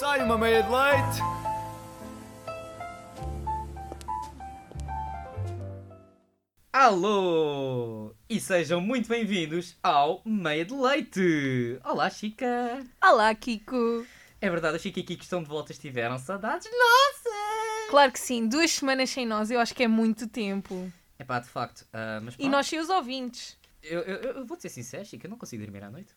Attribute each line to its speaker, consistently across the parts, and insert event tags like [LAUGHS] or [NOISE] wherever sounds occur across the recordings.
Speaker 1: time I made light.
Speaker 2: Alô! E sejam muito bem-vindos ao Meia de Leite! Olá, Chica!
Speaker 3: Olá, Kiko!
Speaker 2: É verdade, a Chica e Kiko estão de volta, estiveram saudades nossas!
Speaker 3: Claro que sim, duas semanas sem nós, eu acho que é muito tempo.
Speaker 2: É pá, de facto, ah, mas
Speaker 3: E
Speaker 2: pá,
Speaker 3: nós sem os ouvintes.
Speaker 2: eu, eu- eu vou ser sincero, Chica, eu não consigo dormir à noite.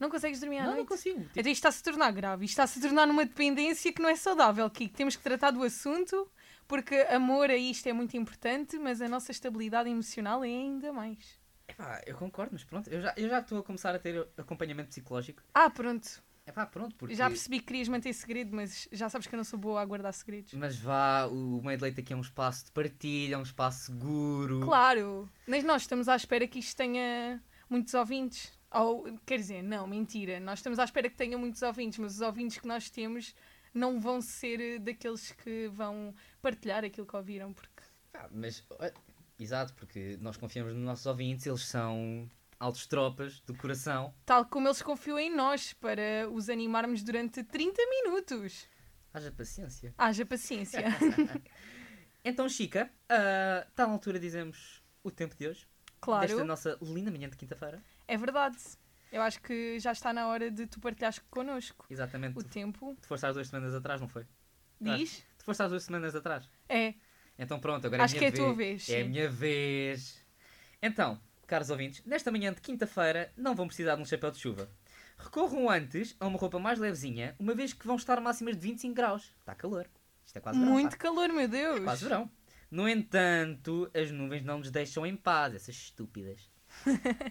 Speaker 3: Não consegues dormir à
Speaker 2: não, não
Speaker 3: noite?
Speaker 2: consigo. Tipo,
Speaker 3: Então isto está-se a tornar grave, isto está-se a tornar numa dependência que não é saudável, Kiko. Temos que tratar do assunto, porque amor a isto é muito importante, mas a nossa estabilidade emocional é ainda mais.
Speaker 2: epá, eu concordo, mas pronto, eu já eu já estou a começar a ter acompanhamento psicológico.
Speaker 3: Ah, pronto.
Speaker 2: É pá, pronto, porque...
Speaker 3: Já percebi que querias manter segredo, mas já sabes que eu não sou boa a guardar segredos.
Speaker 2: Mas vá, o Meio de Leite aqui é um espaço de partilha, é um espaço seguro.
Speaker 3: Claro, mas nós estamos à espera que isto tenha muitos ouvintes. Ou, quer dizer, não, mentira. Nós estamos à espera que tenha muitos ouvintes, mas os ouvintes que nós temos não vão ser eh, daqueles que vão partilhar aquilo que ouviram, porque
Speaker 2: Pá, mas, ó, exato, porque nós confiamos nos nossos ouvintes, eles são altos tropas do coração.
Speaker 3: tal como eles confiam em nós para os animarmos durante 30 minutos.
Speaker 2: Haja paciência.
Speaker 3: Haja paciência.
Speaker 2: Então, Chica, ah, está na altura dizemos o tempo de hoje. Desta
Speaker 3: [LAUGHS] claro,
Speaker 2: nossa linda manhã de quinta-feira.
Speaker 3: é verdade. Eu acho que já está na hora de tu partilhares connosco.
Speaker 2: Exatamente.
Speaker 3: O
Speaker 2: Tu,
Speaker 3: tempo
Speaker 2: tu foste há duas semanas atrás, não foi?
Speaker 3: diz?
Speaker 2: Tu foste há duas semanas atrás.
Speaker 3: É,
Speaker 2: Então pronto, agora
Speaker 3: Acho
Speaker 2: é a minha
Speaker 3: que é a tua vez,
Speaker 2: É a
Speaker 3: sim.
Speaker 2: minha vez. Então, caros ouvintes, nesta manhã de quinta-feira não vão precisar de um chapéu de chuva. Recorram antes a uma roupa mais levezinha, uma vez que vão estar máximas de 25 graus. Está calor. Isto é quase verão,
Speaker 3: muito
Speaker 2: pá.
Speaker 3: calor, meu Deus.
Speaker 2: Quase verão. No entanto, as nuvens não nos deixam em paz, essas
Speaker 3: [LAUGHS]
Speaker 2: estúpidas.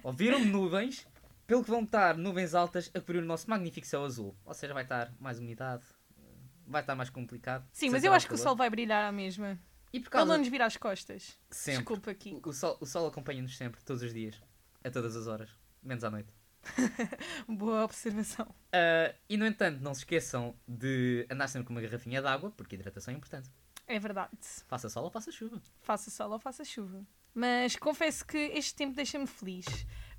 Speaker 2: Ouviram nuvens? Pelo que vão estar nuvens altas a cobrir o nosso magnífico céu azul. Ou seja, vai estar mais umidade, vai estar mais complicado.
Speaker 3: Sim,
Speaker 2: Sem
Speaker 3: mas
Speaker 2: estar
Speaker 3: eu acho que o
Speaker 2: calor.
Speaker 3: sol vai brilhar à mesma.
Speaker 2: E por
Speaker 3: Ele
Speaker 2: causa
Speaker 3: não nos vira as costas.
Speaker 2: Sempre.
Speaker 3: Desculpa aqui.
Speaker 2: O sol, o sol acompanha-nos sempre, todos os dias, a todas as horas, menos à noite.
Speaker 3: Boa observação.
Speaker 2: Ah, e no entanto, não se esqueçam de andar sempre com uma garrafinha de água, porque hidratação é importante.
Speaker 3: É verdade.
Speaker 2: Faça sol ou faça chuva.
Speaker 3: Faça sol ou faça chuva. Mas confesso que este tempo deixa-me feliz.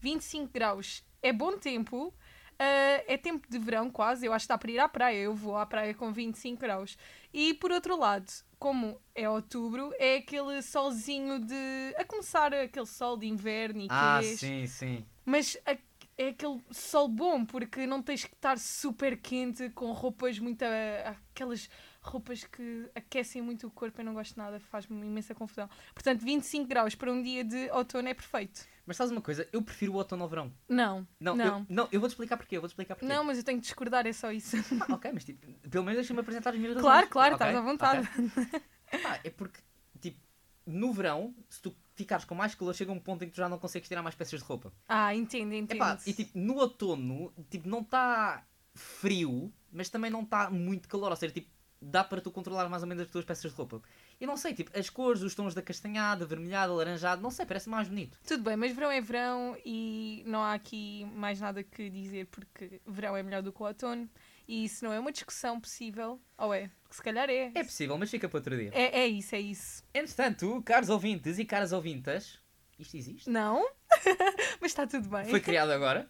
Speaker 3: 25 graus é bom tempo. ah, é tempo de verão quase. Eu acho que dá para ir à praia. Eu vou à praia com 25 graus. E por outro lado, como é outubro, é aquele solzinho de. a começar aquele sol de inverno e
Speaker 2: Ah,
Speaker 3: que é-
Speaker 2: sim, sim.
Speaker 3: Mas a- é aquele sol bom, porque não tens que estar super quente com roupas muito. ah, aquelas roupas que aquecem muito o corpo. Eu não gosto nada, faz-me imensa confusão. Portanto, 25 graus para um dia de outono é perfeito.
Speaker 2: Mas sabes uma coisa? Eu prefiro o outono ao verão.
Speaker 3: Não,
Speaker 2: Não,
Speaker 3: não,
Speaker 2: Eu,
Speaker 3: não.
Speaker 2: não, eu vou-te explicar porquê, eu vou-te explicar porquê.
Speaker 3: mas eu tenho que discordar, é só [LAUGHS] isso.
Speaker 2: Ah, ok, mas tipo, pelo menos deixa-me apresentar as minhas
Speaker 3: Claro,
Speaker 2: razões.
Speaker 3: claro,
Speaker 2: Ok,
Speaker 3: estás à vontade.
Speaker 2: ok. Epá, é porque, tipo, no verão, se tu ficares com mais calor, chega um ponto em que tu já não consegues tirar mais peças de roupa.
Speaker 3: Ah, entendo, entendo.
Speaker 2: Epá, e tipo, no outono, tipo, não está frio, mas também não está muito calor. Ou seja, tipo, dá para tu controlar mais ou menos as tuas peças de roupa. Eu não sei, tipo, as cores, os tons da castanhada, vermelhada, alaranjada, não sei, parece mais bonito.
Speaker 3: Tudo bem, mas verão é verão e não há aqui mais nada que dizer porque verão é melhor do que o outono e isso não é uma discussão possível. Ou é? Porque se calhar é.
Speaker 2: É possível, mas fica para outro dia.
Speaker 3: É, é isso, é isso.
Speaker 2: Entretanto, caros ouvintes e caras ouvintas, isto existe?
Speaker 3: Não? [LAUGHS] Mas está tudo bem.
Speaker 2: Foi criado agora.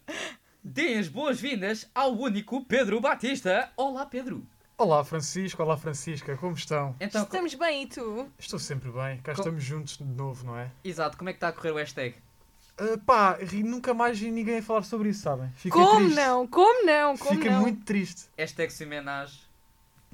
Speaker 2: Deem as boas-vindas ao único Pedro Batista. Olá, Pedro.
Speaker 4: Olá Francisco, olá Francisca, como estão?
Speaker 2: Então, co-
Speaker 3: Estamos bem e tu?
Speaker 4: Estou sempre bem, cá
Speaker 2: Co-
Speaker 4: estamos juntos de novo, não é?
Speaker 2: exato, como é que está a correr o hashtag?
Speaker 4: Ah, pá, ri- nunca mais vi ninguém a falar sobre isso, sabem? Fiquei
Speaker 3: Como
Speaker 4: triste.
Speaker 3: não? Como não? Como
Speaker 4: Fiquei
Speaker 3: não?
Speaker 4: muito triste.
Speaker 2: Hashtag Simenage.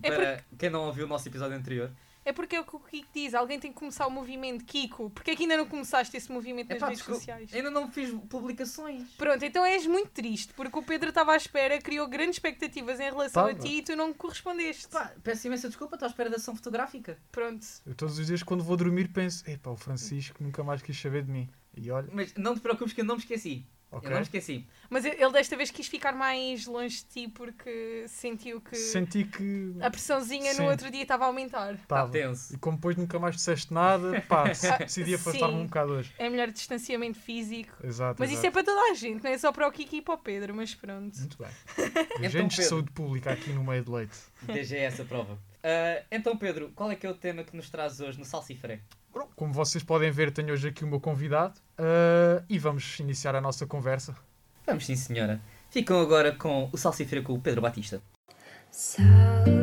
Speaker 3: É
Speaker 2: Para quem não ouviu o nosso episódio anterior.
Speaker 3: É porque é o que o Kiko diz, alguém tem que começar o movimento. Kiko, porque é que ainda não começaste esse movimento nas
Speaker 2: Epá,
Speaker 3: redes
Speaker 2: desculpa,
Speaker 3: sociais?
Speaker 2: Ainda não fiz publicações.
Speaker 3: Pronto, então és muito triste, porque o Pedro estava à espera, criou grandes expectativas em relação a
Speaker 4: Tava.
Speaker 3: ti e tu não correspondeste.
Speaker 2: Pá, peço imensa desculpa, estou à espera da ação fotográfica.
Speaker 3: Pronto.
Speaker 4: Eu todos os dias quando vou dormir penso, epá, o Francisco nunca mais quis saber de mim. E olha,
Speaker 2: Mas não te preocupes que eu não me esqueci.
Speaker 4: ok,
Speaker 2: Eu não me esqueci.
Speaker 3: Mas ele desta vez quis ficar mais longe de ti porque sentiu que
Speaker 4: senti que
Speaker 3: a pressãozinha
Speaker 4: Sim.
Speaker 3: no outro dia estava a aumentar.
Speaker 2: Está
Speaker 4: estava.
Speaker 2: Tá tenso.
Speaker 4: E como depois nunca mais disseste nada,
Speaker 3: [LAUGHS]
Speaker 4: pá, se- decidi
Speaker 3: sim.
Speaker 4: afastar-me um bocado hoje.
Speaker 3: É melhor distanciamento físico.
Speaker 4: Exato,
Speaker 3: Mas isso
Speaker 4: exato.
Speaker 3: é para toda a gente, não é só para o Kiki e para o Pedro, mas pronto. [LAUGHS]
Speaker 4: Muito bem.
Speaker 3: É
Speaker 2: Então,
Speaker 4: Agentes de
Speaker 2: Pedro.
Speaker 4: saúde pública aqui no meio de leite.
Speaker 2: Desde essa prova. Ah, então, Pedro, qual é que é o tema que nos traz hoje no Salsifré?
Speaker 4: Pronto, Como vocês podem ver, tenho hoje aqui o meu convidado ah, e vamos iniciar a nossa conversa.
Speaker 2: Vamos sim, senhora. Ficam agora com o Salsifré com o Pedro Batista.
Speaker 1: Salsifré,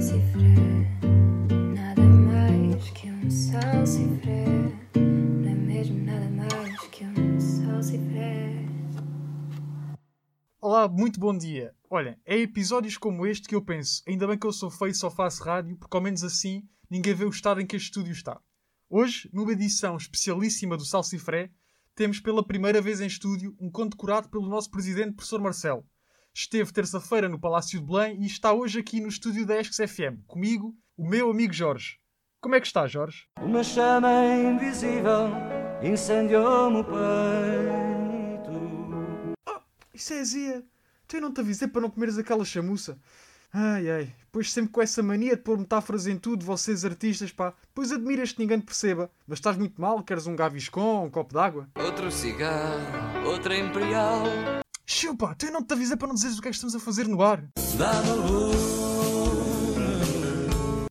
Speaker 1: nada mais que um salsifré. Não é mesmo nada mais que um salsifré.
Speaker 4: Olá, muito bom dia. Olhem, é episódios como este que eu penso, ainda bem que eu sou feio e só faço rádio, porque ao menos assim ninguém vê o estado em que este estúdio está. Hoje, numa edição especialíssima do Salsifré, temos pela primeira vez em estúdio um condecorado pelo nosso presidente, professor Marcelo. Esteve terça-feira no Palácio de Belém e está hoje aqui no estúdio da Esques FM, comigo, o meu amigo Jorge. Como é que está, Jorge?
Speaker 5: Uma chama invisível incendiou-me o peito.
Speaker 4: Isso é azia. Tu não te avisei para não comeres aquela chamuça. Ai ai, pois sempre com essa mania de pôr metáforas em tudo, vocês artistas, pá. Pois admiras que ninguém te perceba. Mas estás muito mal, queres um gaviscon, um copo d'água?
Speaker 5: Outro cigarro, outra imperial.
Speaker 4: Chiu, pá, tu não te avisei para não dizeres o que é que estamos a fazer no ar.
Speaker 5: Dá valor.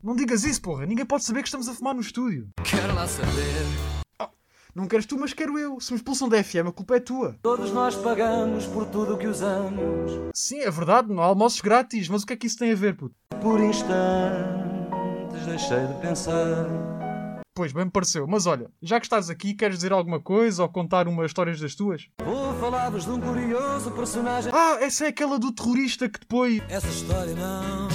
Speaker 4: Não digas isso, porra. Ninguém pode saber que estamos a fumar no estúdio.
Speaker 5: Quero lá saber.
Speaker 4: Não queres tu, mas quero eu. Se me expulsam da FM, a culpa é tua.
Speaker 5: Todos nós pagamos por tudo o que usamos.
Speaker 4: Sim, é verdade, não há almoços grátis, mas o que é que isso tem a ver, puto?
Speaker 5: Por instantes deixei de pensar.
Speaker 4: Pois, bem me pareceu. Mas olha, já que estás aqui, queres dizer alguma coisa ou contar umas histórias das tuas?
Speaker 5: Vou falar-vos de um curioso personagem.
Speaker 4: Ah, essa é aquela do terrorista que depois...
Speaker 5: Essa história não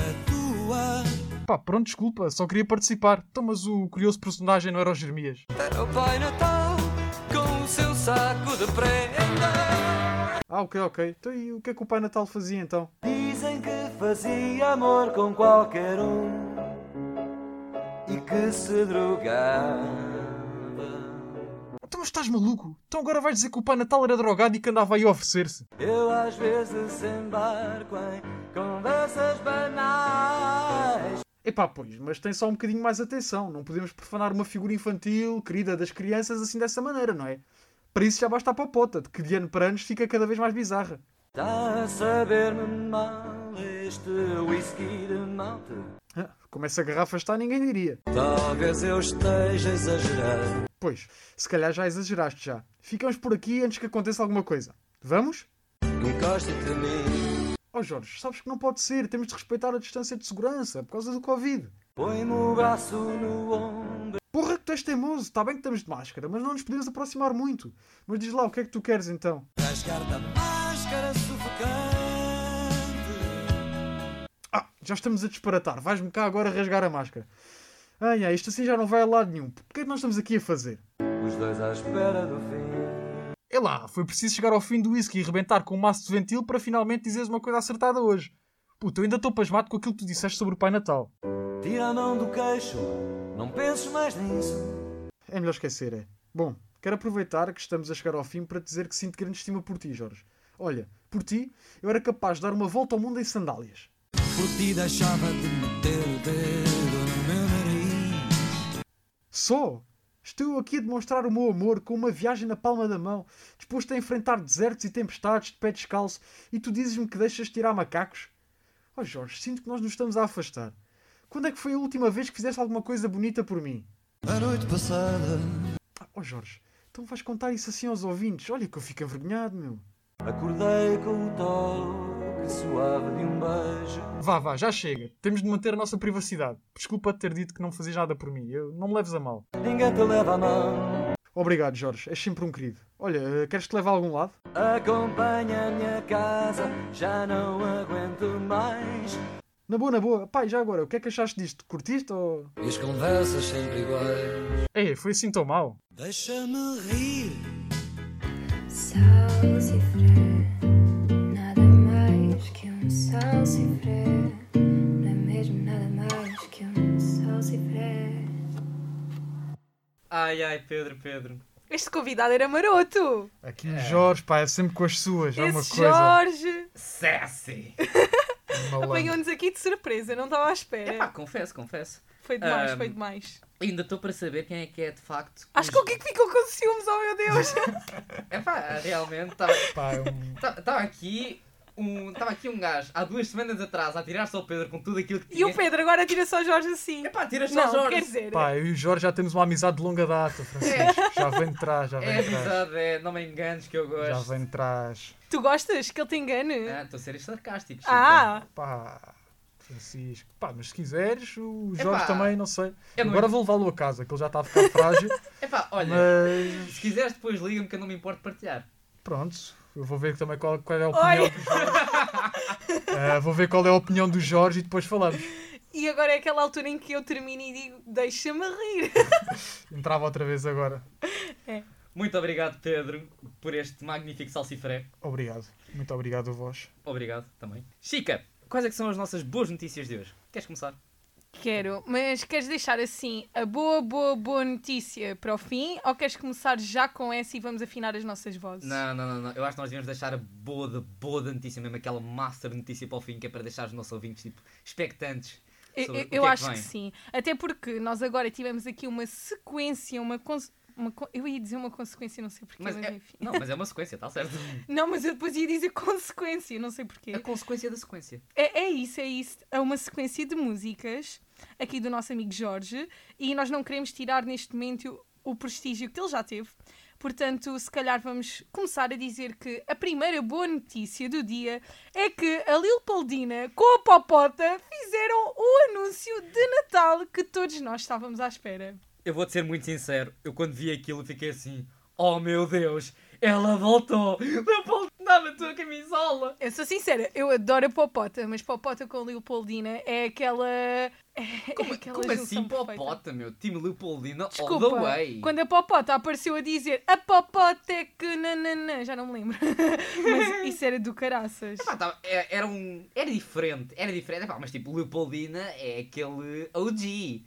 Speaker 5: é tua.
Speaker 4: Pá, pronto, desculpa, só queria participar. Então, mas o curioso personagem não era o Jeremias.
Speaker 5: Era o Pai Natal com o seu saco de prenda.
Speaker 4: Ah, ok, ok. Então e o que é que o Pai Natal fazia então?
Speaker 5: Dizem que fazia amor com qualquer um e que se drogava.
Speaker 4: Então, mas estás maluco? Então agora vais dizer que o Pai Natal era drogado e que andava aí a oferecer-se.
Speaker 5: Eu às vezes embarco em conversas banais.
Speaker 4: Epá, pois, mas tem só um bocadinho mais atenção. Não podemos profanar uma figura infantil, querida das crianças, assim dessa maneira, não é? Para isso já basta a papota, de que de ano para anos fica cada vez mais bizarra.
Speaker 5: Está Tá a saber-me mal este whisky de malte.
Speaker 4: Ah, Como essa garrafa está, ninguém diria.
Speaker 5: Talvez eu esteja a exagerar.
Speaker 4: Pois, se calhar já exageraste já. Ficamos por aqui antes que aconteça alguma coisa. Vamos?
Speaker 5: Encosta-te a mim,
Speaker 4: Oh Jorge, sabes que não pode ser, temos de respeitar a distância de segurança por causa do Covid.
Speaker 5: põe-me o braço no ombro.
Speaker 4: Porra que tu és teimoso, está bem que estamos de máscara, mas não nos podemos aproximar muito. Mas diz lá, o que é que tu queres então?
Speaker 5: Rasgar da máscara sufocante.
Speaker 4: Ah, já estamos a disparatar. Vais-me cá agora rasgar a máscara. Ai, ai, isto assim já não vai a lado nenhum. O que é que nós estamos aqui a fazer?
Speaker 5: Os dois à espera do fim.
Speaker 4: É lá, foi preciso chegar ao fim do whisky e rebentar com um maço de ventil para finalmente dizeres uma coisa acertada hoje. Puta, eu ainda estou pasmado com aquilo que tu disseste sobre o Pai Natal.
Speaker 5: Tira a mão do queixo, não penses mais nisso.
Speaker 4: É melhor esquecer, é. Bom, quero aproveitar que estamos a chegar ao fim para te dizer que sinto grande estima por ti, Jorge. Olha, por ti, eu era capaz de dar uma volta ao mundo em sandálias.
Speaker 5: Por ti deixava de meter o dedo no meu nariz.
Speaker 4: Só! Estou aqui a demonstrar o meu amor com uma viagem na palma da mão, disposto a enfrentar desertos e tempestades de pé descalço, e tu dizes-me que deixas de tirar macacos? Oh Jorge, sinto que nós nos estamos a afastar. Quando é que foi a última vez que fizeste alguma coisa bonita por mim?
Speaker 5: A noite passada,
Speaker 4: Ah, Oh Jorge, então vais contar isso assim aos ouvintes? Olha que eu fico envergonhado, meu.
Speaker 5: acordei com o toque suave de um beijo.
Speaker 4: Vá, vá, já chega. Temos de manter a nossa privacidade. Desculpa ter dito que não fazias nada por mim. Eu não me leves a mal.
Speaker 5: Ninguém te leva a mão,
Speaker 4: Obrigado, Jorge. És sempre um querido. Olha, eh, queres que te leve a algum lado?
Speaker 5: acompanha a minha casa, já não aguento mais.
Speaker 4: Na boa, na boa. Pai, já agora, o que é que achaste disto? Curtiste ou...
Speaker 5: E as conversas sempre iguais.
Speaker 4: É, foi assim tão mal.
Speaker 5: Deixa-me rir,
Speaker 1: Salsifré, nada mais que um salsifré. Não é mesmo nada mais que um salsifré.
Speaker 2: Ai ai, Pedro, Pedro.
Speaker 3: Este convidado era maroto.
Speaker 4: Aqui o Jorge, pá, é sempre com as suas. É uma
Speaker 3: Esse
Speaker 4: coisa.
Speaker 3: Jorge
Speaker 2: Sassy!
Speaker 4: malandro.
Speaker 3: apanhou-nos aqui de surpresa, não estava à
Speaker 2: Epá,
Speaker 3: espera.
Speaker 2: É, confesso, confesso.
Speaker 3: Foi demais,
Speaker 2: Ahm.
Speaker 3: foi demais.
Speaker 2: Ainda estou para saber quem é que é de facto.
Speaker 3: Acho que o que ficou com ciúmes, oh meu
Speaker 2: [LAUGHS]
Speaker 3: Deus.
Speaker 2: É pá, realmente.
Speaker 4: Pá, é
Speaker 2: [LAUGHS]
Speaker 4: um-
Speaker 2: Estava aqui. Um, tava aqui um gajo há duas semanas atrás a tirar-se ao Pedro com tudo aquilo que
Speaker 3: E
Speaker 2: tinha.
Speaker 3: o Pedro agora tira só Jorge assim.
Speaker 2: Epá, tira só
Speaker 3: Não,
Speaker 2: Jorge.
Speaker 3: quer dizer,
Speaker 4: Pá, eu e o Jorge já temos uma amizade de longa data, Francisco. Já vem de trás, já
Speaker 2: É
Speaker 4: vem de trás.
Speaker 2: amizade, é, não me enganes que eu gosto.
Speaker 4: Já vem de trás.
Speaker 2: É,
Speaker 3: tu gostas que ele te engane?
Speaker 2: Ah, Estou a ser sarcástico. Chico.
Speaker 3: Ah,
Speaker 4: Pá. Francisco. Pá, mas se quiseres, o Jorge
Speaker 2: Epá,
Speaker 4: também, não sei.
Speaker 2: é
Speaker 4: Agora
Speaker 2: muito-
Speaker 4: vou levá-lo a casa, que ele já está a ficar frágil.
Speaker 2: Epá, olha,
Speaker 4: mas
Speaker 2: se quiseres depois liga-me que eu não me importo de partilhar.
Speaker 4: pronto, eu vou ver também qual, qual é a opinião.
Speaker 3: Olha,
Speaker 4: Ah, vou ver qual é a opinião do Jorge e depois falamos.
Speaker 3: e agora é aquela altura em que eu termino e digo: deixa-me rir. [LAUGHS]
Speaker 4: Entrava outra vez agora.
Speaker 2: Muito obrigado, Pedro, por este magnífico salsifré.
Speaker 4: Obrigado. Muito obrigado a vós.
Speaker 2: Obrigado também. Chica, quais é que são as nossas boas notícias de hoje? Queres começar?
Speaker 3: Quero, mas queres deixar assim a boa, boa, boa notícia para o fim ou queres começar já com essa e vamos afinar as nossas vozes?
Speaker 2: Não, não, não, não. Eu acho que nós devemos deixar a boa da boa da notícia, mesmo aquela master notícia para o fim, que é para deixar os nossos ouvintes tipo, expectantes.
Speaker 3: Eu,
Speaker 2: sobre
Speaker 3: eu-
Speaker 2: o
Speaker 3: eu
Speaker 2: que é
Speaker 3: acho
Speaker 2: que,
Speaker 3: que
Speaker 2: vem.
Speaker 3: sim. Até porque nós agora tivemos aqui uma sequência, uma. cons- uma con- eu ia dizer uma consequência, não sei porquê, mas,
Speaker 2: Mas é,
Speaker 3: enfim.
Speaker 2: não, mas é uma sequência, está
Speaker 3: [LAUGHS]
Speaker 2: certo?
Speaker 3: Não, mas eu depois ia dizer [LAUGHS] consequência, não sei porquê.
Speaker 2: É a consequência da sequência.
Speaker 3: É, é isso, é isso. É uma sequência de músicas aqui do nosso amigo Jorge e nós não queremos tirar neste momento o prestígio que ele já teve. Portanto, se calhar vamos começar a dizer que a primeira boa notícia do dia é que a Lil Paldina com a Popota fizeram o anúncio de Natal que todos nós estávamos à espera.
Speaker 2: Eu vou-te ser muito sincero, eu quando vi aquilo fiquei assim, oh meu Deus, ela voltou! Leopoldo, dava a tua camisola!
Speaker 3: Eu sou sincera, eu adoro a Popota, mas Popota com Leopoldina é aquela. [LAUGHS] É
Speaker 2: Como,
Speaker 3: aquela
Speaker 2: como
Speaker 3: junção
Speaker 2: assim,
Speaker 3: perfeita.
Speaker 2: popota, meu? Time Leopoldina all the
Speaker 3: Desculpa,
Speaker 2: way!
Speaker 3: quando a Popota apareceu a dizer a Popota é que nananã, já não me lembro. [LAUGHS] Mas isso era do caraças.
Speaker 2: Epá, tava- é- era, um, era diferente, era diferente, epá, mas tipo, Leopoldina é aquele OG.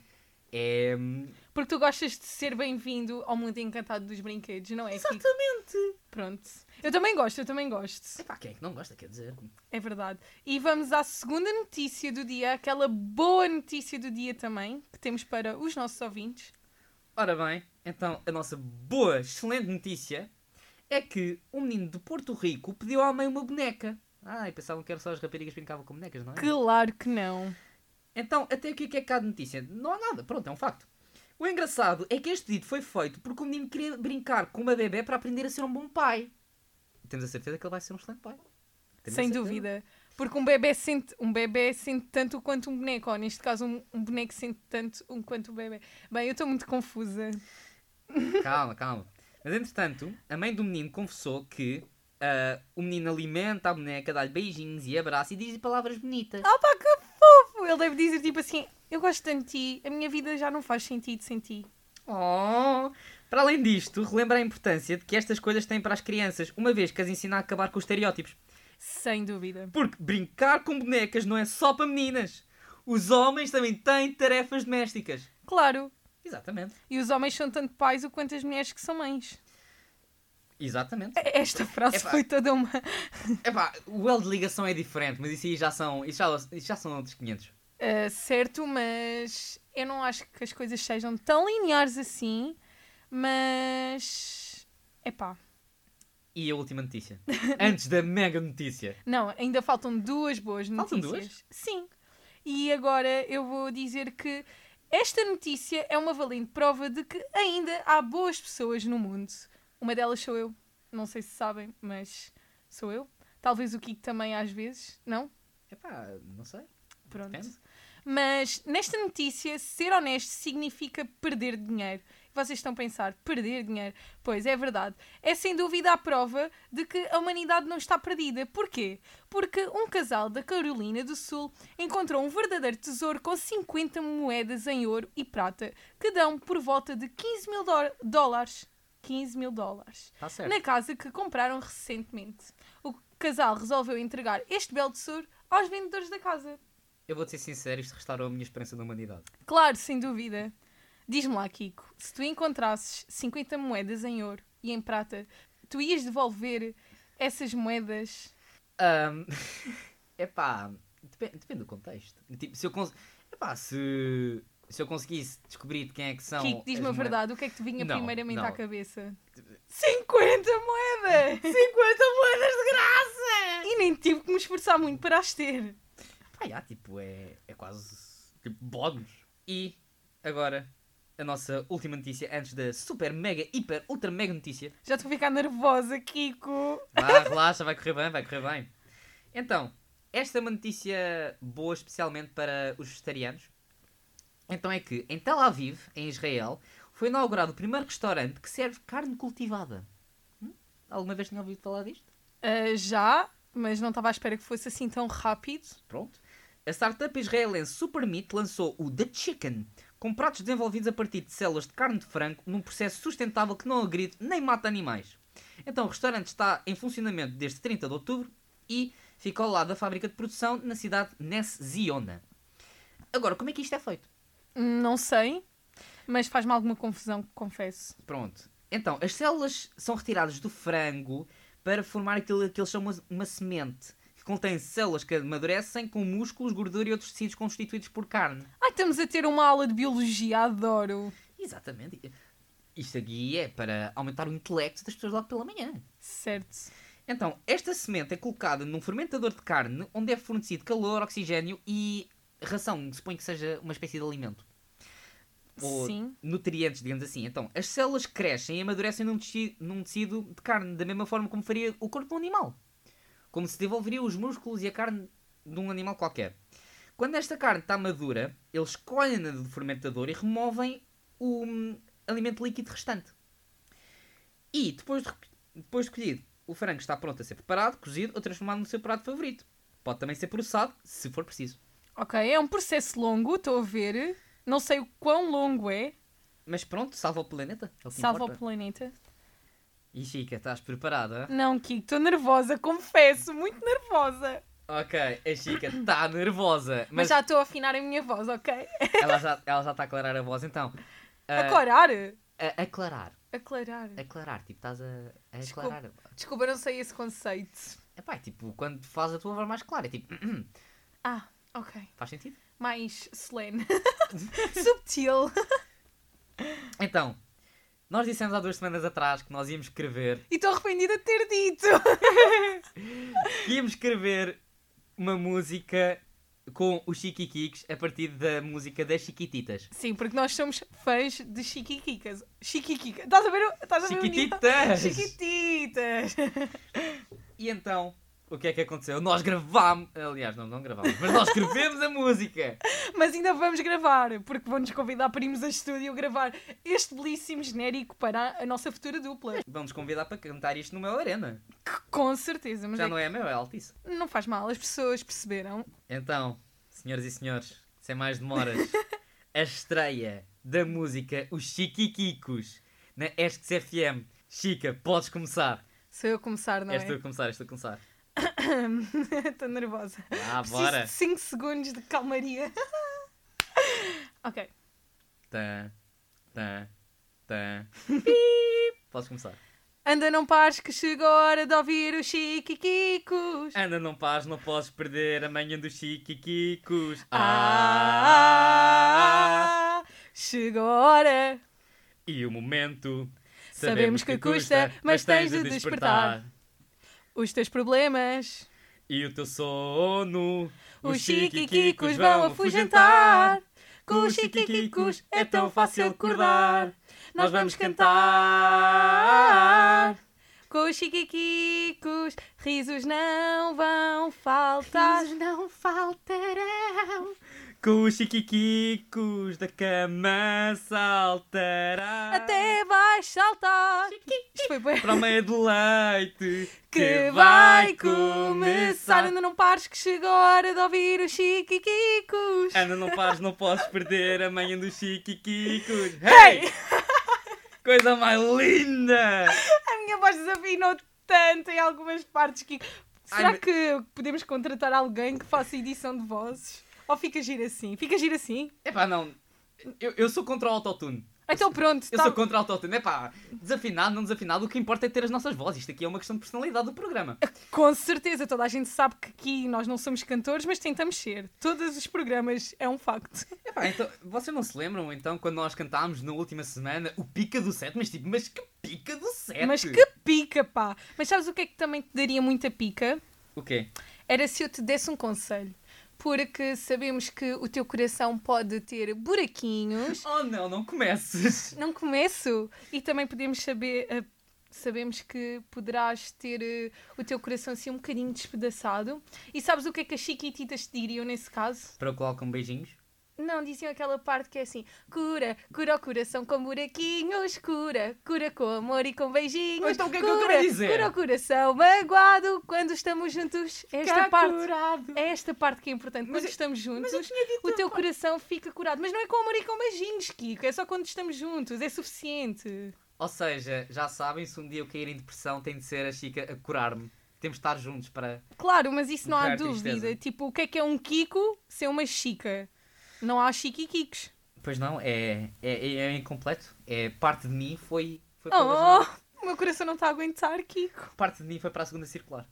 Speaker 2: É, hum,
Speaker 3: Porque tu gostas de ser bem-vindo ao mundo encantado dos brinquedos, não é? Exatamente. Pronto. Eu também gosto, eu também gosto.
Speaker 2: epá, quem é que não gosta, quer dizer?
Speaker 3: É verdade. E vamos à segunda notícia do dia, aquela boa notícia do dia também, que temos para os nossos ouvintes.
Speaker 2: Ora bem, então a nossa boa, excelente notícia é que um menino de Porto Rico pediu à mãe uma boneca. Ai, pensavam que era só as raparigas que brincavam com bonecas, não é?
Speaker 3: Claro que não.
Speaker 2: Então, até o que é que é cá de notícia? Não há nada, pronto, é um facto. O engraçado é que este pedido foi feito porque o menino queria brincar com uma bebê para aprender a ser um bom pai. Temos a certeza que ele vai ser um excelente pai. Temos a
Speaker 3: Sem
Speaker 2: certeza.
Speaker 3: dúvida. Porque um bebê sente, um bebê sente tanto quanto um boneco, ou neste caso um, um boneco sente tanto um quanto o bebê. Bem, eu estou muito confusa.
Speaker 2: Calma, calma. Mas entretanto, a mãe do menino confessou que ah, o menino alimenta a boneca, dá-lhe beijinhos e abraça e diz-lhe palavras bonitas.
Speaker 3: Opa, que fofo! Ele deve dizer tipo assim, eu gosto tanto de ti, a minha vida já não faz sentido sem ti.
Speaker 2: Oh. Para além disto, relembra a importância de que estas coisas têm para as crianças, uma vez que as ensina a acabar com os estereótipos.
Speaker 3: Sem dúvida.
Speaker 2: Porque brincar com bonecas não é só para meninas. Os homens também têm tarefas domésticas.
Speaker 3: Claro.
Speaker 2: Exatamente.
Speaker 3: E os homens são tanto pais o quanto as mulheres que são mães.
Speaker 2: Exatamente.
Speaker 3: E- Esta frase
Speaker 2: Epá.
Speaker 3: foi toda uma.
Speaker 2: Epá, o elo de ligação é diferente, mas isso aí já são, isso já, isso já são outros 500.
Speaker 3: Uh, certo, mas eu não acho que as coisas sejam tão lineares assim, mas. Epá.
Speaker 2: E a última [LAUGHS] notícia. Antes da mega notícia.
Speaker 3: Não, ainda faltam duas boas
Speaker 2: Faltam
Speaker 3: notícias.
Speaker 2: duas?
Speaker 3: Sim. E agora eu vou dizer que esta notícia é uma valente prova de que ainda há boas pessoas no mundo. Uma delas sou eu. Não sei se sabem, mas sou eu. Talvez o Kiko também às vezes, não?
Speaker 2: Epá, não sei.
Speaker 3: Pronto.
Speaker 2: Depende.
Speaker 3: Mas nesta notícia, ser honesto significa perder dinheiro. Vocês estão a pensar, perder dinheiro? Pois é verdade. É sem dúvida a prova de que a humanidade não está perdida. Porquê? Porque um casal da Carolina do Sul encontrou um verdadeiro tesouro com 50 moedas em ouro e prata que dão por volta de 15 mil dó- dólares. 15 mil dólares
Speaker 2: Está certo.
Speaker 3: na casa que compraram recentemente. O casal resolveu entregar este belo tesouro aos vendedores da casa.
Speaker 2: Eu vou-te ser sincero, isto restaurou a minha esperança na humanidade.
Speaker 3: Claro, sem dúvida. Diz-me lá, Kiko, se tu encontrasses 50 moedas em ouro e em prata, tu ias devolver essas moedas?
Speaker 2: Ahm, [LAUGHS] epá, depende, depende do contexto. Tipo, se eu, cons- epá, se, se eu conseguisse descobrir de quem é que são.
Speaker 3: Kiko, diz-me
Speaker 2: as
Speaker 3: a
Speaker 2: moedas-
Speaker 3: verdade, o que é que te vinha
Speaker 2: Não,
Speaker 3: primeiramente
Speaker 2: não.
Speaker 3: à cabeça? 50 [LAUGHS] moedas! 50 moedas de graça! E nem tive que me esforçar muito para as ter.
Speaker 2: Ah, já, tipo, é, é quase tipo, bónus. E agora, a nossa última notícia, antes da super, mega, hiper, ultra, mega notícia.
Speaker 3: Já estou a ficar nervosa, Kiko.
Speaker 2: Vá, relaxa, vai correr bem, vai correr bem. Então, Esta é uma notícia boa, especialmente para os vegetarianos. Então é que, em Tel Aviv, em Israel, foi inaugurado o primeiro restaurante que serve carne cultivada. Hum? Alguma vez tinha ouvido falar disto?
Speaker 3: Ah, já, mas não estava à espera que fosse assim tão rápido.
Speaker 2: Pronto. A startup israelense Supermeat lançou o The Chicken, com pratos desenvolvidos a partir de células de carne de frango num processo sustentável que não agride nem mata animais. Então o restaurante está em funcionamento desde 30 de outubro e fica ao lado da fábrica de produção na cidade Ness Ziona. Agora, como é que isto é feito?
Speaker 3: Hum, Não sei, mas faz-me alguma confusão, confesso.
Speaker 2: Pronto. Então, as células são retiradas do frango para formar aquilo que eles chamam uma semente, que contém células que amadurecem com músculos, gordura e outros tecidos constituídos por carne.
Speaker 3: Ai, estamos a ter uma aula de biologia, adoro.
Speaker 2: Exatamente. Isto aqui é para aumentar o intelecto das pessoas logo pela manhã.
Speaker 3: Certo.
Speaker 2: Então, esta semente é colocada num fermentador de carne, onde é fornecido calor, oxigênio e ração, que suponho que seja uma espécie de alimento. Ou
Speaker 3: Sim.
Speaker 2: nutrientes, digamos assim. Então, as células crescem e amadurecem num teci- num tecido, de carne, da mesma forma como faria o corpo de um animal. Como se desenvolveria os músculos e a carne de um animal qualquer. Quando esta carne está madura, eles colhem-na do fermentador e removem o hum, alimento líquido restante. E depois de, reco- depois de colhido, o frango está pronto a ser preparado, cozido ou transformado no seu prato favorito. Pode também ser processado, se for preciso.
Speaker 3: Ok, é um processo longo, estou a ver. Não sei o quão longo é.
Speaker 2: Mas pronto, salva o planeta. É o que
Speaker 3: Salva o
Speaker 2: importa.
Speaker 3: planeta.
Speaker 2: E Chica, estás preparada?
Speaker 3: Não, Kiko, estou nervosa, confesso, muito nervosa.
Speaker 2: Ok, a Chica está nervosa. Mas,
Speaker 3: Mas, já estou a afinar a minha voz, ok?
Speaker 2: ela já está a aclarar a voz, então. Ah,
Speaker 3: Aclarar?
Speaker 2: a- aclarar.
Speaker 3: Aclarar.
Speaker 2: Aclarar, tipo, estás a, a
Speaker 3: Desculpa.
Speaker 2: aclarar.
Speaker 3: Desculpa, não sei esse conceito.
Speaker 2: Epá, é tipo, quando fazes a tua voz mais clara, é tipo,
Speaker 3: Ah, ok.
Speaker 2: faz sentido?
Speaker 3: Mais solene. [LAUGHS] Subtil.
Speaker 2: Então, nós dissemos há duas semanas atrás que nós íamos escrever
Speaker 3: E estou arrependida de ter dito.
Speaker 2: Íamos escrever uma música com os Chiquiquiques a partir da música das Chiquititas.
Speaker 3: Sim, porque nós somos fãs de chiquiquicas. Chiquiquicas. Estás a ver? o- Estás a ver o nível?
Speaker 2: Chiquititas!
Speaker 3: Chiquititas.
Speaker 2: E então, o que é que aconteceu? Nós gravámos. Aliás, não, não gravámos, mas nós escrevemos a música!
Speaker 3: Mas ainda vamos gravar, porque vão-nos convidar para irmos a estúdio gravar este belíssimo genérico para a nossa futura dupla.
Speaker 2: Vamos convidar para cantar isto no meu Arena.
Speaker 3: Que com certeza, mas
Speaker 2: Já
Speaker 3: é
Speaker 2: não é meu, é Altice.
Speaker 3: que não faz mal, as pessoas perceberam.
Speaker 2: Então, senhoras e senhores, sem mais
Speaker 3: [LAUGHS]
Speaker 2: demoras, a estreia da música Os Chiquiquicos na Estes FM. Chica, podes começar.
Speaker 3: Sou eu a começar, não
Speaker 2: és tu
Speaker 3: é?
Speaker 2: a começar, és tu a começar.
Speaker 3: [LAUGHS] Estou nervosa.
Speaker 2: Ah,
Speaker 3: Preciso
Speaker 2: bora!
Speaker 3: de 5 segundos de calmaria. [LAUGHS] ok.
Speaker 2: Tã, tã,
Speaker 3: [LAUGHS]
Speaker 2: tã. Podes começar.
Speaker 3: Anda, não pares que chegou a hora de ouvir os chiquiquicos.
Speaker 2: Anda, não pares, não podes perder a manhã dos chiquiquicos. Ah,
Speaker 3: Ah, chegou a hora.
Speaker 2: e o momento.
Speaker 3: Sabemos que custa, mas tens de despertar. Os teus problemas.
Speaker 2: E o teu sono.
Speaker 3: Os chiquiquicos vão afugentar. Com os chiquiquicos é tão fácil acordar. Nós vamos cantar. Com os chiquiquicos, risos não vão faltar.
Speaker 2: não faltarão. Com os chiquiquicos da cama saltará.
Speaker 3: Até vais saltar. Isto foi bué.
Speaker 2: Para o meio do leite
Speaker 3: Que vai começar. Ainda não pares que chegou a hora de ouvir os chiquiquicos.
Speaker 2: Ana, não pares, não podes perder a manhã dos chiquiquicos.
Speaker 3: [LAUGHS] Hey!
Speaker 2: Hey! Coisa mais linda!
Speaker 3: A minha voz desafinou tanto em algumas partes que. Será
Speaker 2: mas-
Speaker 3: que podemos contratar alguém que faça edição de vozes? Ou fica giro assim? Fica giro assim?
Speaker 2: Epá, não. Eu, eu sou contra o autotune.
Speaker 3: Então pronto,
Speaker 2: Eu
Speaker 3: tá-
Speaker 2: sou contra o autotune. Epá, desafinado, não desafinado, o que importa é ter as nossas vozes. Isto aqui é uma questão de personalidade do programa.
Speaker 3: com certeza toda a gente sabe que aqui nós não somos cantores, mas tentamos ser. Todos os programas é um facto.
Speaker 2: Epá, então, vocês não se lembram então quando nós cantámos na última semana o Pica do Sete? Mas tipo, mas que Pica do Sete?
Speaker 3: Mas que pica, pá! Mas sabes o que é que também te daria muita pica?
Speaker 2: O quê?
Speaker 3: Era se eu te desse um conselho. Porque sabemos que o teu coração pode ter buraquinhos.
Speaker 2: Oh não, não comeces!
Speaker 3: Não começo. E também podemos saber, eh, sabemos que poderás ter eh, o teu coração assim um bocadinho despedaçado. E sabes o que é que as chiquititas te diriam nesse caso?
Speaker 2: Para o qual com beijinhos.
Speaker 3: Não, diziam aquela parte que é assim: cura, cura o coração com buraquinhos, cura, cura com amor e com beijinhos.
Speaker 2: Então o que é que eu
Speaker 3: cura,
Speaker 2: quero dizer?
Speaker 3: Cura o coração magoado quando estamos juntos. É Esta
Speaker 2: Ficar
Speaker 3: parte.
Speaker 2: curado.
Speaker 3: É esta parte que é importante. Quando
Speaker 2: eu-
Speaker 3: estamos juntos,
Speaker 2: mas eu tinha dito
Speaker 3: o teu
Speaker 2: a parte-
Speaker 3: coração fica curado. Mas não é com amor e com beijinhos, Kiko. É só quando estamos juntos. É suficiente.
Speaker 2: Ou seja, já sabem, se um dia eu cair em depressão, tem de ser a Chica a curar-me. Temos de estar juntos para.
Speaker 3: Claro, mas isso não há
Speaker 2: Declarar
Speaker 3: dúvida.
Speaker 2: tristeza.
Speaker 3: Tipo, o que é que é um Kiko sem uma Chica? Não há Chique e Kikos.
Speaker 2: Pois não, é, é, é, é incompleto. É, parte de mim foi. foi para a
Speaker 3: Oh, o meu coração não está a aguentar, Kiko. [LAUGHS]
Speaker 2: zona- Parte de mim foi para a segunda circular.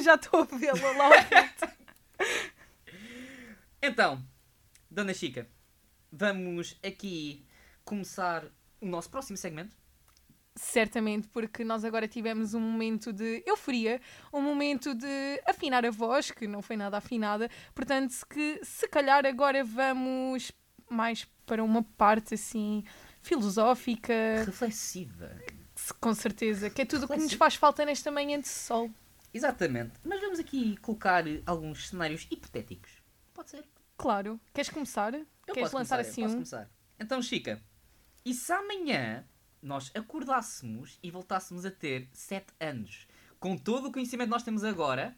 Speaker 3: Já estou a vê-la lá. ao fundo.
Speaker 2: Então, Dona Chica, vamos aqui começar o nosso próximo segmento.
Speaker 3: Certamente, porque nós agora tivemos um momento de euforia, um momento de afinar a voz, que não foi nada afinada, portanto, se, que, se calhar agora vamos mais para uma parte assim filosófica,
Speaker 2: Reflexiva.
Speaker 3: se- com certeza, que é tudo o que nos
Speaker 2: Reflexiva.
Speaker 3: faz falta nesta manhã de sol.
Speaker 2: Exatamente. Mas vamos aqui colocar eh, alguns cenários hipotéticos. Pode ser.
Speaker 3: Claro, queres começar?
Speaker 2: Eu
Speaker 3: queres
Speaker 2: posso começar,
Speaker 3: lançar
Speaker 2: eu
Speaker 3: assim
Speaker 2: posso
Speaker 3: um?
Speaker 2: começar. Então, Chica, e se amanhã nós acordássemos e voltássemos a ter 7 anos, com todo o conhecimento que nós temos agora,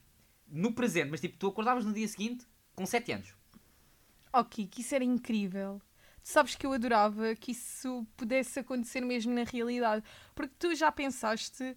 Speaker 2: no presente, mas tipo, tu acordavas no dia seguinte com 7 anos?
Speaker 3: Ok, que Oh, isso era incrível. Tu sabes que eu adorava que isso pudesse acontecer mesmo na realidade. Porque tu já pensaste,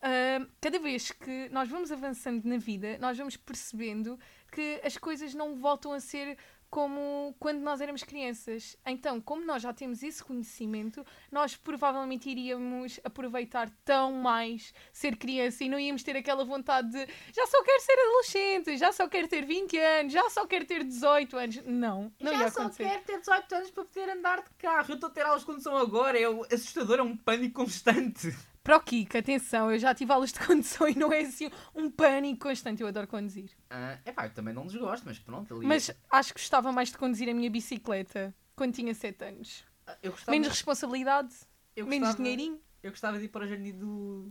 Speaker 3: ah, cada vez que nós vamos avançando na vida, nós vamos percebendo que as coisas não voltam a ser como quando nós éramos crianças. Então, como nós já temos esse conhecimento, nós provavelmente iríamos aproveitar tão mais ser criança e não íamos ter aquela vontade de já só quero ser adolescente, já só quero ter 20 anos, já só quero ter 18 anos. Não, não ia acontecer.
Speaker 2: ter 18 anos para poder andar de carro. Eu estou a ter aulas de condução agora, é o- assustador, é um pânico constante.
Speaker 3: Para o Kiko, atenção, eu já tive aulas de [LAUGHS] condução e não é assim um pânico constante. Eu adoro conduzir.
Speaker 2: Ah, epá, eu também não desgosto, mas pronto. Ali...
Speaker 3: Mas acho que gostava mais de conduzir a minha bicicleta quando tinha 7 anos.
Speaker 2: Ah, eu gostava,
Speaker 3: Menos responsabilidade,
Speaker 2: eu
Speaker 3: menos
Speaker 2: gostava-
Speaker 3: dinheirinho.
Speaker 2: Eu gostava de ir para o jardim do,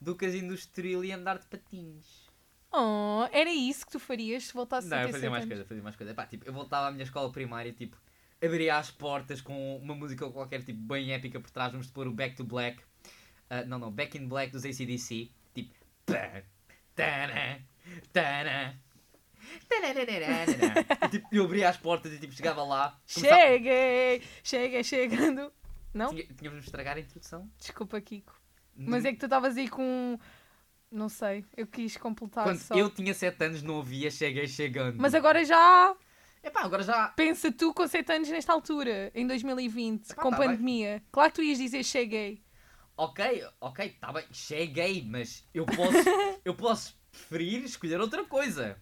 Speaker 2: do casino do Estoril e andar de patins.
Speaker 3: Oh, era isso que tu farias se voltasse
Speaker 2: Não,
Speaker 3: a
Speaker 2: eu
Speaker 3: ter
Speaker 2: fazia
Speaker 3: 7
Speaker 2: mais
Speaker 3: anos.
Speaker 2: coisa, fazia mais coisa. Pá, tipo, eu voltava à minha escola primária, tipo, abria as portas com uma música qualquer, tipo, bem épica por trás. Vamos pôr o Back to Black. Ah, não, não, Back in Black dos ACDC. Tipo, pá, tará, tará. tarararararará.
Speaker 3: [LAUGHS]
Speaker 2: E, tipo, eu abria as portas e tipo, chegava lá. começava-
Speaker 3: Cheguei! Cheguei chegando! Não?
Speaker 2: Tinha- Tínhamos de estragar a introdução.
Speaker 3: Desculpa, Kiko. Mas é que tu estavas aí com. um, Não sei, eu quis completar
Speaker 2: Quando
Speaker 3: só.
Speaker 2: eu tinha 7 anos não ouvia Cheguei Chegando.
Speaker 3: Mas agora já.
Speaker 2: Epá, agora já
Speaker 3: Pensa tu com 7 anos nesta altura, em 2020,
Speaker 2: Epá,
Speaker 3: com
Speaker 2: tá bem.
Speaker 3: pandemia. Claro que tu ias dizer cheguei.
Speaker 2: Ok, ok, tá bem, cheguei, mas eu posso,
Speaker 3: [LAUGHS]
Speaker 2: eu posso preferir escolher outra coisa.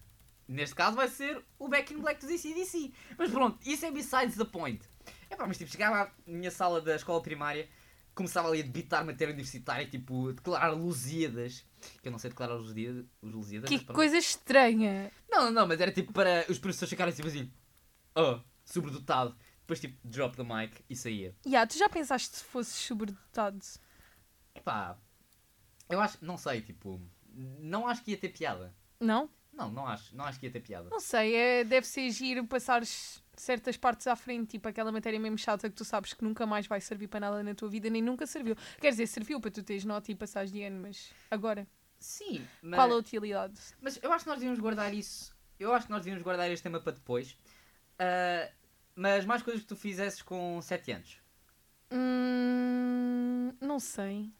Speaker 2: Neste caso vai ser o Back in Black dos ACDC. Mas pronto, isso é besides the point. É pá, mas tipo, chegava à minha sala da escola primária, começava ali a debitar matéria universitária, tipo, a declarar Lusíadas. Que eu não sei declarar os Lusíadas, os Lusíadas mas
Speaker 3: Que
Speaker 2: pronto.
Speaker 3: coisa estranha.
Speaker 2: Não, não, não, mas era tipo para os professores ficarem tipo assim, oh, sobredotado. Depois tipo, drop the mic e saía.
Speaker 3: Ya, yeah, tu já pensaste se fosses sobredotado?
Speaker 2: Epá, eu acho, não sei, tipo, não acho que ia ter piada.
Speaker 3: Não?
Speaker 2: Não, não acho, não acho que ia ter piada.
Speaker 3: Não sei, é, deve ser giro passares certas partes à frente, tipo aquela matéria mesmo chata que tu sabes que nunca mais vai servir para nada na tua vida, nem nunca serviu. Quer dizer, serviu para tu teres nota e passares de ano, mas agora,
Speaker 2: Sim, mas,
Speaker 3: qual a utilidade?
Speaker 2: mas eu acho que nós devíamos guardar isso. Eu acho que nós devíamos guardar este tema para depois. Ah, mas mais coisas que tu fizesses com 7 anos.
Speaker 3: Hum, não sei.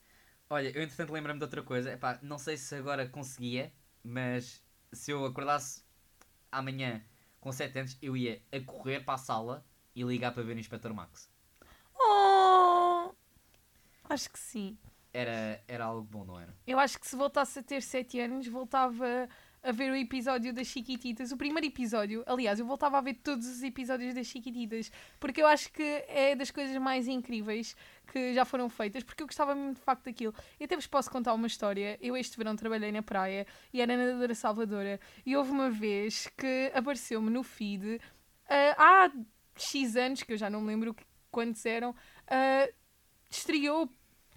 Speaker 2: Olha, eu entretanto lembro-me de outra coisa. Epá, não sei se agora conseguia, mas se eu acordasse amanhã com 7 anos, eu ia a correr para a sala e ligar para ver o Inspector Max.
Speaker 3: Oh, acho que sim.
Speaker 2: Era, era algo bom, não era?
Speaker 3: Eu acho que se voltasse a ter 7 anos, voltava a ver o episódio das Chiquititas, o primeiro episódio. Aliás, eu voltava a ver todos os episódios das Chiquititas, porque eu acho que é das coisas mais incríveis que já foram feitas, porque eu gostava mesmo de facto daquilo. E até vos posso contar uma história. Eu este verão trabalhei na praia e era nadadora salvadora, e houve uma vez que apareceu-me no feed ah, há X anos, que eu já não me lembro que- quantos eram, ah, estreou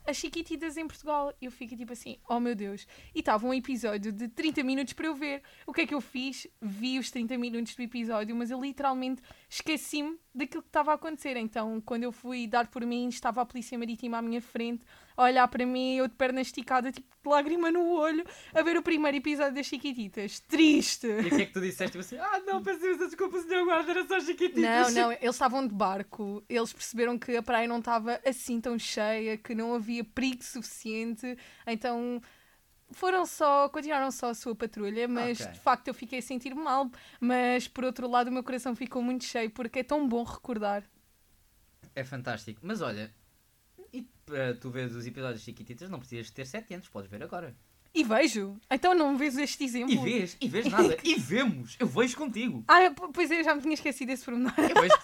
Speaker 3: as Chiquititas em Portugal. Eu fico tipo assim, oh meu Deus. E estava um episódio de 30 minutos para eu ver. O que é que eu fiz? Vi os 30 minutos do episódio, mas eu literalmente esqueci-me daquilo que estava a acontecer. Então, quando eu fui dar por mim, estava a Polícia Marítima à minha frente, a olhar para mim, eu de perna esticada, tipo de lágrima no olho, a ver o primeiro episódio das Chiquititas. Triste!
Speaker 2: E o que é que tu disseste? Tipo assim, ah, não, peço imensa desculpa, senhor guarda, era só
Speaker 3: Não,
Speaker 2: Chiquititas.
Speaker 3: Hum. não, eles estavam de barco. Eles perceberam que a praia não estava assim tão cheia, que não havia perigo suficiente. Então foram só, continuaram só a sua patrulha, mas
Speaker 2: Ok.
Speaker 3: de facto eu fiquei a sentir mal. Mas por outro lado, o meu coração ficou muito cheio porque é tão bom recordar.
Speaker 2: É fantástico. Mas olha, e para tu veres os episódios de Chiquititas, não precisas ter 7 anos, podes ver agora.
Speaker 3: E vejo. Então não vês este exemplo.
Speaker 2: E vês, e vês
Speaker 3: [LAUGHS]
Speaker 2: nada, e vemos, eu vejo contigo.
Speaker 3: Ah, p- pois é, já me tinha esquecido desse pormenor. [LAUGHS]
Speaker 2: Eu vejo.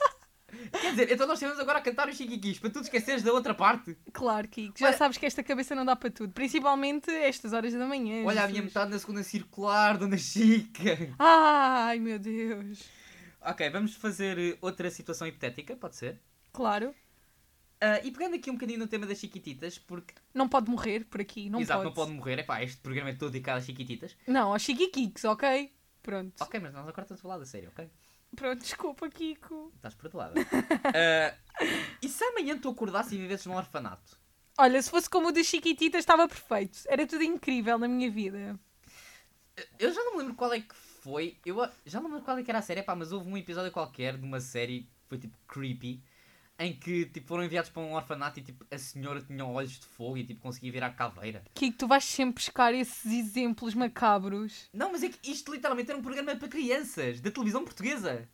Speaker 2: Quer dizer, então nós estivemos agora a cantar os Chiquiquis, para tu te esqueceres da outra parte.
Speaker 3: Claro, Kiko. Já
Speaker 2: Olha-
Speaker 3: sabes que esta cabeça não dá para tudo. Principalmente estas horas da manhã.
Speaker 2: Olha a
Speaker 3: É Jesus.
Speaker 2: minha metade na segunda circular, dona Chica.
Speaker 3: Ai, meu Deus.
Speaker 2: Ok, vamos fazer eh, outra situação hipotética, pode ser?
Speaker 3: Claro.
Speaker 2: Ah, e pegando aqui um bocadinho no tema das Chiquititas, porque
Speaker 3: Não pode morrer por aqui, não
Speaker 2: Exato,
Speaker 3: pode.
Speaker 2: não pode morrer. Epá, este programa é todo dedicado às chiquititas.
Speaker 3: Não, aos Chiquiquiques, ok? Pronto.
Speaker 2: Ok, mas nós agora estamos a falar da série, ok?
Speaker 3: Pronto, desculpa, Kiko.
Speaker 2: Estás
Speaker 3: [LAUGHS]
Speaker 2: perdoada. Ah, e se amanhã tu acordasse e vivesses num orfanato?
Speaker 3: Olha, se fosse como o das Chiquititas, estava perfeito. Era tudo incrível na minha vida.
Speaker 2: Eu já não me lembro qual é que foi. Eu a- já não me lembro qual é que era a série, epá, mas houve um episódio qualquer de uma série que foi tipo creepy. Em que tipo, foram enviados para um orfanato e tipo, a senhora tinha olhos de fogo e tipo, conseguia virar caveira.
Speaker 3: Kiko, tu vais sempre buscar esses exemplos macabros.
Speaker 2: Não, mas é que isto literalmente era um programa para crianças, da televisão portuguesa.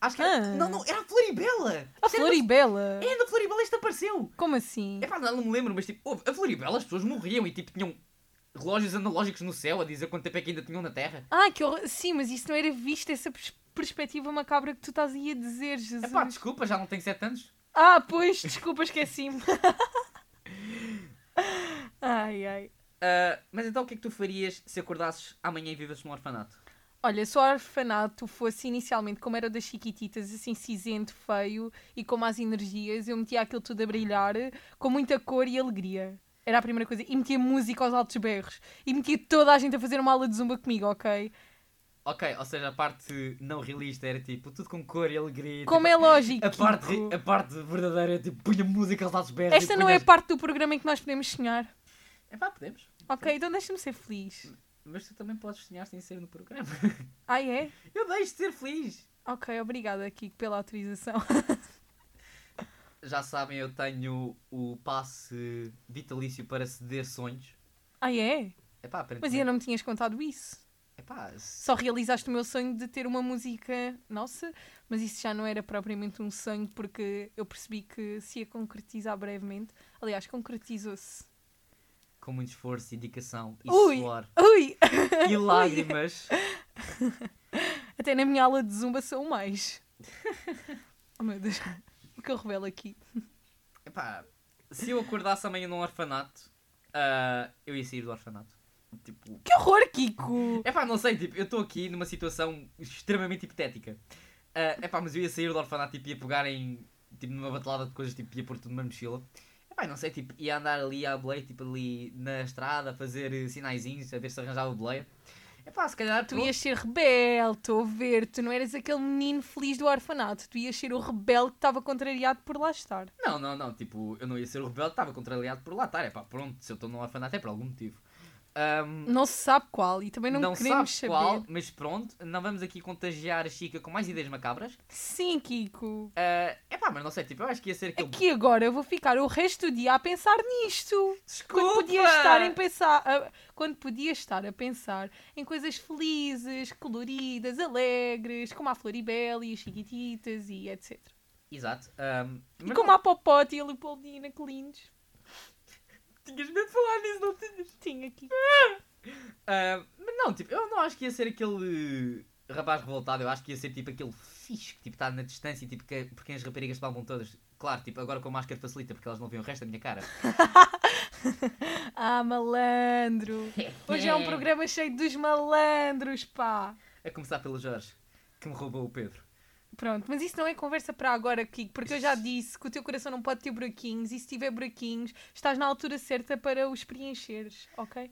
Speaker 2: Acho que era.
Speaker 3: Ah.
Speaker 2: Não, não, era a Floribela!
Speaker 3: A
Speaker 2: Isto era-
Speaker 3: Floribela!
Speaker 2: É, na Floribela isto apareceu!
Speaker 3: Como assim?
Speaker 2: É pá, não me lembro, mas tipo, houve, a Floribela as pessoas morriam e tipo tinham relógios analógicos no céu a dizer quanto tempo é que ainda tinham na Terra.
Speaker 3: Ah, que horror. Sim, mas isso não era visto, essa pers- perspectiva macabra que tu estás aí a dizer,
Speaker 2: É
Speaker 3: Jesus.
Speaker 2: pá, desculpa, já não tenho 7 anos.
Speaker 3: Ah, pois, desculpa, esqueci-me. [LAUGHS] ai, ai.
Speaker 2: Ah, mas então o que é que tu farias se acordasses amanhã e vivesses num orfanato?
Speaker 3: Olha, se o orfanato fosse inicialmente como era o das Chiquititas, assim cinzento, feio e com más energias, eu metia aquilo tudo a brilhar com muita cor e alegria. Era a primeira coisa. E metia música aos altos berros. E metia toda a gente a fazer uma aula de zumba comigo, ok?
Speaker 2: tipo, Ok, ou seja, a parte não realista era tipo tudo com cor e alegria.
Speaker 3: Como é
Speaker 2: tipo,
Speaker 3: lógico.
Speaker 2: a parte,
Speaker 3: Kiko.
Speaker 2: a parte verdadeira é tipo punha música aos lados berros.
Speaker 3: Esta não é a parte do programa em que nós podemos sonhar.
Speaker 2: É pá, podemos.
Speaker 3: Ok, então deixa-me ser feliz.
Speaker 2: Mas tu também podes sonhar sem ser no
Speaker 3: [LAUGHS]
Speaker 2: programa.
Speaker 3: Ah, é?
Speaker 2: Eu deixo de ser feliz.
Speaker 3: Ok, obrigada, Kiko, pela autorização. [LAUGHS]
Speaker 2: Já sabem, eu tenho o passe vitalício para ceder sonhos.
Speaker 3: Ah, é?
Speaker 2: É pá,
Speaker 3: Mas ainda não me tinhas contado isso.
Speaker 2: Epá, s-
Speaker 3: Só realizaste o meu sonho de ter uma música nossa, mas isso já não era propriamente um sonho porque eu percebi que se ia concretizar brevemente. Aliás, concretizou-se.
Speaker 2: com muito esforço e dedicação e
Speaker 3: Ui. [LAUGHS]
Speaker 2: suor
Speaker 3: Ui!
Speaker 2: e lágrimas.
Speaker 3: Até na minha aula de zumba sou
Speaker 2: [LAUGHS]
Speaker 3: o mais. oh meu Deus, o que eu revelo aqui?
Speaker 2: Epá, se eu acordasse amanhã num orfanato, ah, eu ia sair do orfanato. Tipo,
Speaker 3: Que horror, Kiko!
Speaker 2: epá, não sei, tipo, eu estou aqui numa situação extremamente hipotética. Ah, epá, mas eu ia sair do orfanato e tipo, ia pegar em, tipo, numa batelada de coisas, tipo, ia pôr tudo numa mochila. Epá, não sei, tipo, ia andar ali à boleia, tipo, ali na estrada, a fazer eh, sinaizinhos, a ver se arranjava boleia. Epá, se calhar...
Speaker 3: Tu
Speaker 2: pronto.
Speaker 3: ias ser rebelde, estou a ver. Tu não eras aquele menino feliz do orfanato. Tu ias ser o rebelde que estava contrariado por lá estar.
Speaker 2: Não, não, não, tipo, eu não ia ser o rebelde, estava contrariado por lá estar, é pá, pronto, se eu estou num orfanato é por algum motivo. Ahm,
Speaker 3: Não se sabe qual e também não,
Speaker 2: sabe
Speaker 3: queremos saber.
Speaker 2: qual, mas pronto, não vamos aqui contagiar a Chica com mais ideias macabras.
Speaker 3: Sim, Kiko.
Speaker 2: É pá, mas não sei, tipo, eu acho que ia ser aquele...
Speaker 3: Aqui agora eu vou ficar o resto do dia a pensar nisto.
Speaker 2: Desculpa!
Speaker 3: Quando podia, estar em pensar, a- quando podia estar a pensar em coisas felizes, coloridas, alegres, como a Floribela e as Chiquititas e etc.
Speaker 2: Exato. ahm, mas
Speaker 3: E
Speaker 2: não
Speaker 3: como a Popote e a Leopoldina, que lindos.
Speaker 2: tinhas medo de falar nisso, não tinhas?
Speaker 3: Tinha aqui.
Speaker 2: Ahm, mas não, tipo, eu não acho que ia ser aquele rapaz revoltado, eu acho que ia ser tipo aquele fixe que tipo, está na distância, tipo, que, porque as raparigas palmam todas. Claro, tipo, agora com a máscara facilita, porque elas não veem o resto da minha cara.
Speaker 3: Ah,
Speaker 2: [LAUGHS]
Speaker 3: malandro. Hoje é um programa cheio dos malandros, pá.
Speaker 2: A começar pelo Jorge, que me roubou o Pedro.
Speaker 3: Pronto, mas isso não é conversa para agora, Kiko, porque eu já disse que o teu coração não pode ter buraquinhos e se tiver buraquinhos, estás na altura certa para os preencheres, ok?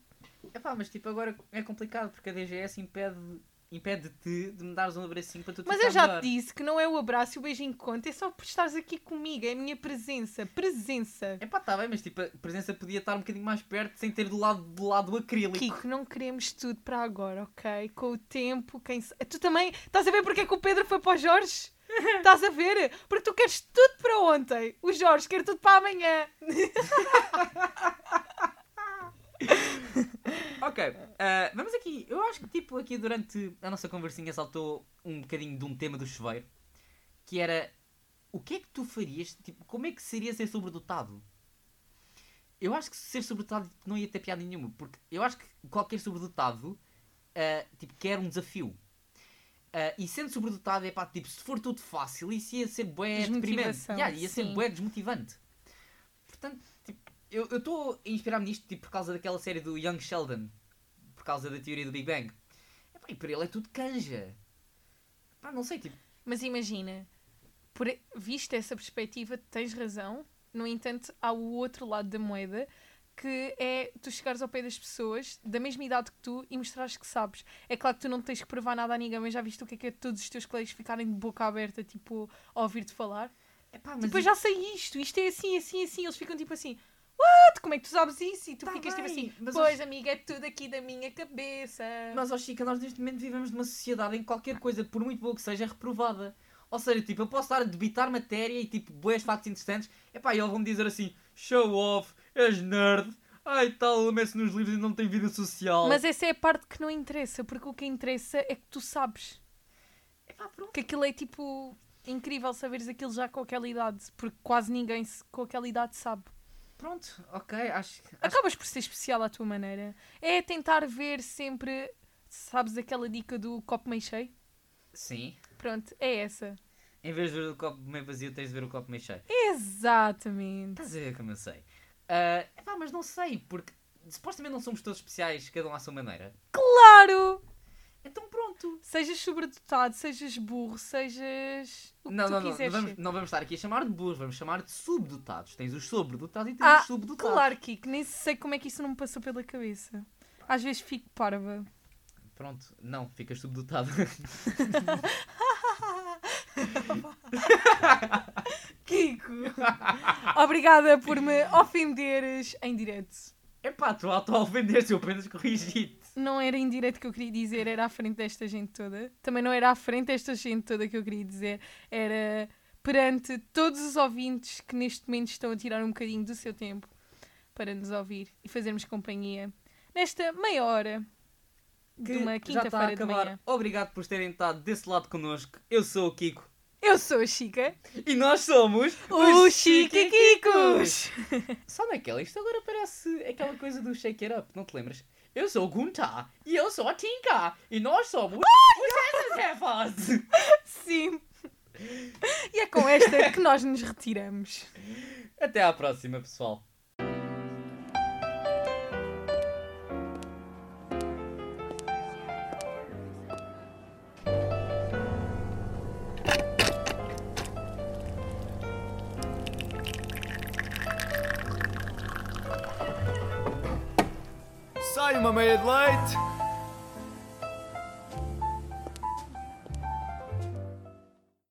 Speaker 2: Epá, mas tipo, agora é complicado porque a DGS impede- impede-te de me dares um abracinho para tu te
Speaker 3: Mas eu
Speaker 2: ficar
Speaker 3: já
Speaker 2: melhor.
Speaker 3: te disse que não é o abraço e o beijinho que conta, é só por estares aqui comigo, é a minha presença, presença.
Speaker 2: Epá, tá bem, mas tipo, a presença podia estar um bocadinho mais perto sem ter do lado do lado o acrílico.
Speaker 3: Kiko, não queremos tudo para agora, ok? Com o tempo, quem sa- Tu também estás a ver porque é que o Pedro foi para o Jorge? Estás a ver? Porque tu queres tudo para ontem. O Jorge quer tudo para amanhã.
Speaker 2: Ok, ah, vamos aqui. Eu acho que tipo aqui durante a nossa conversinha saltou um bocadinho de um tema do chuveiro, que era o que é que tu farias? Tipo, como é que seria ser sobredotado? Eu acho que ser sobredotado não ia ter piada nenhuma, porque eu acho que qualquer sobredotado ah, tipo, quer um desafio. Ah, e sendo sobredotado é pá, tipo, se for tudo fácil, isso ia ser bué deprimente.
Speaker 3: Desmotivação,
Speaker 2: Yeah, ia ser
Speaker 3: sim.
Speaker 2: bué desmotivante. Portanto, tipo, eu estou a inspirar-me nisto tipo, por causa daquela série do Young Sheldon, por causa da teoria do Big Bang. Epá, e para ele é tudo canja. Pá, não sei, tipo,
Speaker 3: Mas imagina, por, vista essa perspectiva, tens razão. No entanto, há o outro lado da moeda que é tu chegares ao pé das pessoas da mesma idade que tu e mostrares que sabes. É claro que tu não tens que provar nada a ninguém, mas já viste o que é que é todos os teus colegas ficarem de boca aberta, tipo, a ouvir-te falar?
Speaker 2: epá, mas
Speaker 3: Tipo, eu
Speaker 2: e-
Speaker 3: já sei isto, isto é assim, assim, assim. Eles ficam tipo assim, what? Como é que tu sabes isso? E tu
Speaker 2: Tá
Speaker 3: ficas
Speaker 2: bem,
Speaker 3: tipo assim,
Speaker 2: mas
Speaker 3: pois
Speaker 2: os-
Speaker 3: amiga, é tudo aqui da minha cabeça.
Speaker 2: Mas, ó Chica, nós neste momento vivemos numa sociedade em que qualquer coisa, por muito boa que seja, é reprovada. Ou seja, tipo, eu posso estar a debitar matéria e, tipo, boas factos interessantes. Epá, e eles vão-me dizer assim, show off, és nerd. Ai, tal, lê-se nos livros e não tem vida social.
Speaker 3: Mas essa é a parte que não interessa, porque o que interessa é que tu sabes.
Speaker 2: Epá, pronto.
Speaker 3: Que aquilo é tipo incrível saberes aquilo já com aquela idade, porque quase ninguém se- com aquela idade sabe.
Speaker 2: Pronto, ok, acho que... acho-
Speaker 3: Acabas por ser especial à tua maneira. É tentar ver sempre, sabes aquela dica do copo meio cheio?
Speaker 2: Sim.
Speaker 3: Pronto, é essa.
Speaker 2: Em vez de ver o copo meio vazio, tens de ver o copo meio cheio.
Speaker 3: Exatamente.
Speaker 2: Estás a ver como eu sei. Ah, epá, mas não sei, porque supostamente não somos todos especiais, cada um à sua maneira.
Speaker 3: Claro!
Speaker 2: Então pronto.
Speaker 3: Sejas sobredotado, sejas burro, sejas o que
Speaker 2: não, não,
Speaker 3: tu
Speaker 2: não, não
Speaker 3: quiseres
Speaker 2: vamos,
Speaker 3: ser.
Speaker 2: não vamos estar aqui a chamar de burros, vamos chamar de subdotados. Tens os sobredotados e tens
Speaker 3: Ah,
Speaker 2: os subdotados.
Speaker 3: Claro, Kiko, nem sei como é que isso não me passou pela cabeça. Às vezes fico parva.
Speaker 2: Pronto, não, ficas subdotado. [LAUGHS]
Speaker 3: Kiko! [LAUGHS] Obrigada por me ofenderes em direto.
Speaker 2: Epá, tu auto-ofendeste, eu apenas corrigi-te.
Speaker 3: Não era em direto que eu queria dizer, era à frente desta gente toda. Também não era à frente desta gente toda que eu queria dizer. Era perante todos os ouvintes que neste momento estão a tirar um bocadinho do seu tempo para nos ouvir e fazermos companhia nesta meia hora [LAUGHS] de uma
Speaker 2: Que já está a
Speaker 3: quinta-feira de
Speaker 2: acabar.
Speaker 3: manhã.
Speaker 2: Obrigado por terem estado desse lado connosco. Eu sou o Kiko
Speaker 3: Eu sou a Chica,
Speaker 2: e nós somos
Speaker 3: o Chica Kikos!
Speaker 2: Só naquela, isto agora parece aquela coisa do Shake It Up, não te lembras? Eu sou o Gunta e eu sou a Tinka e nós somos os Essas
Speaker 3: Sim! E é com esta que nós nos retiramos.
Speaker 2: Até à próxima, pessoal.
Speaker 6: Sai uma meia de leite.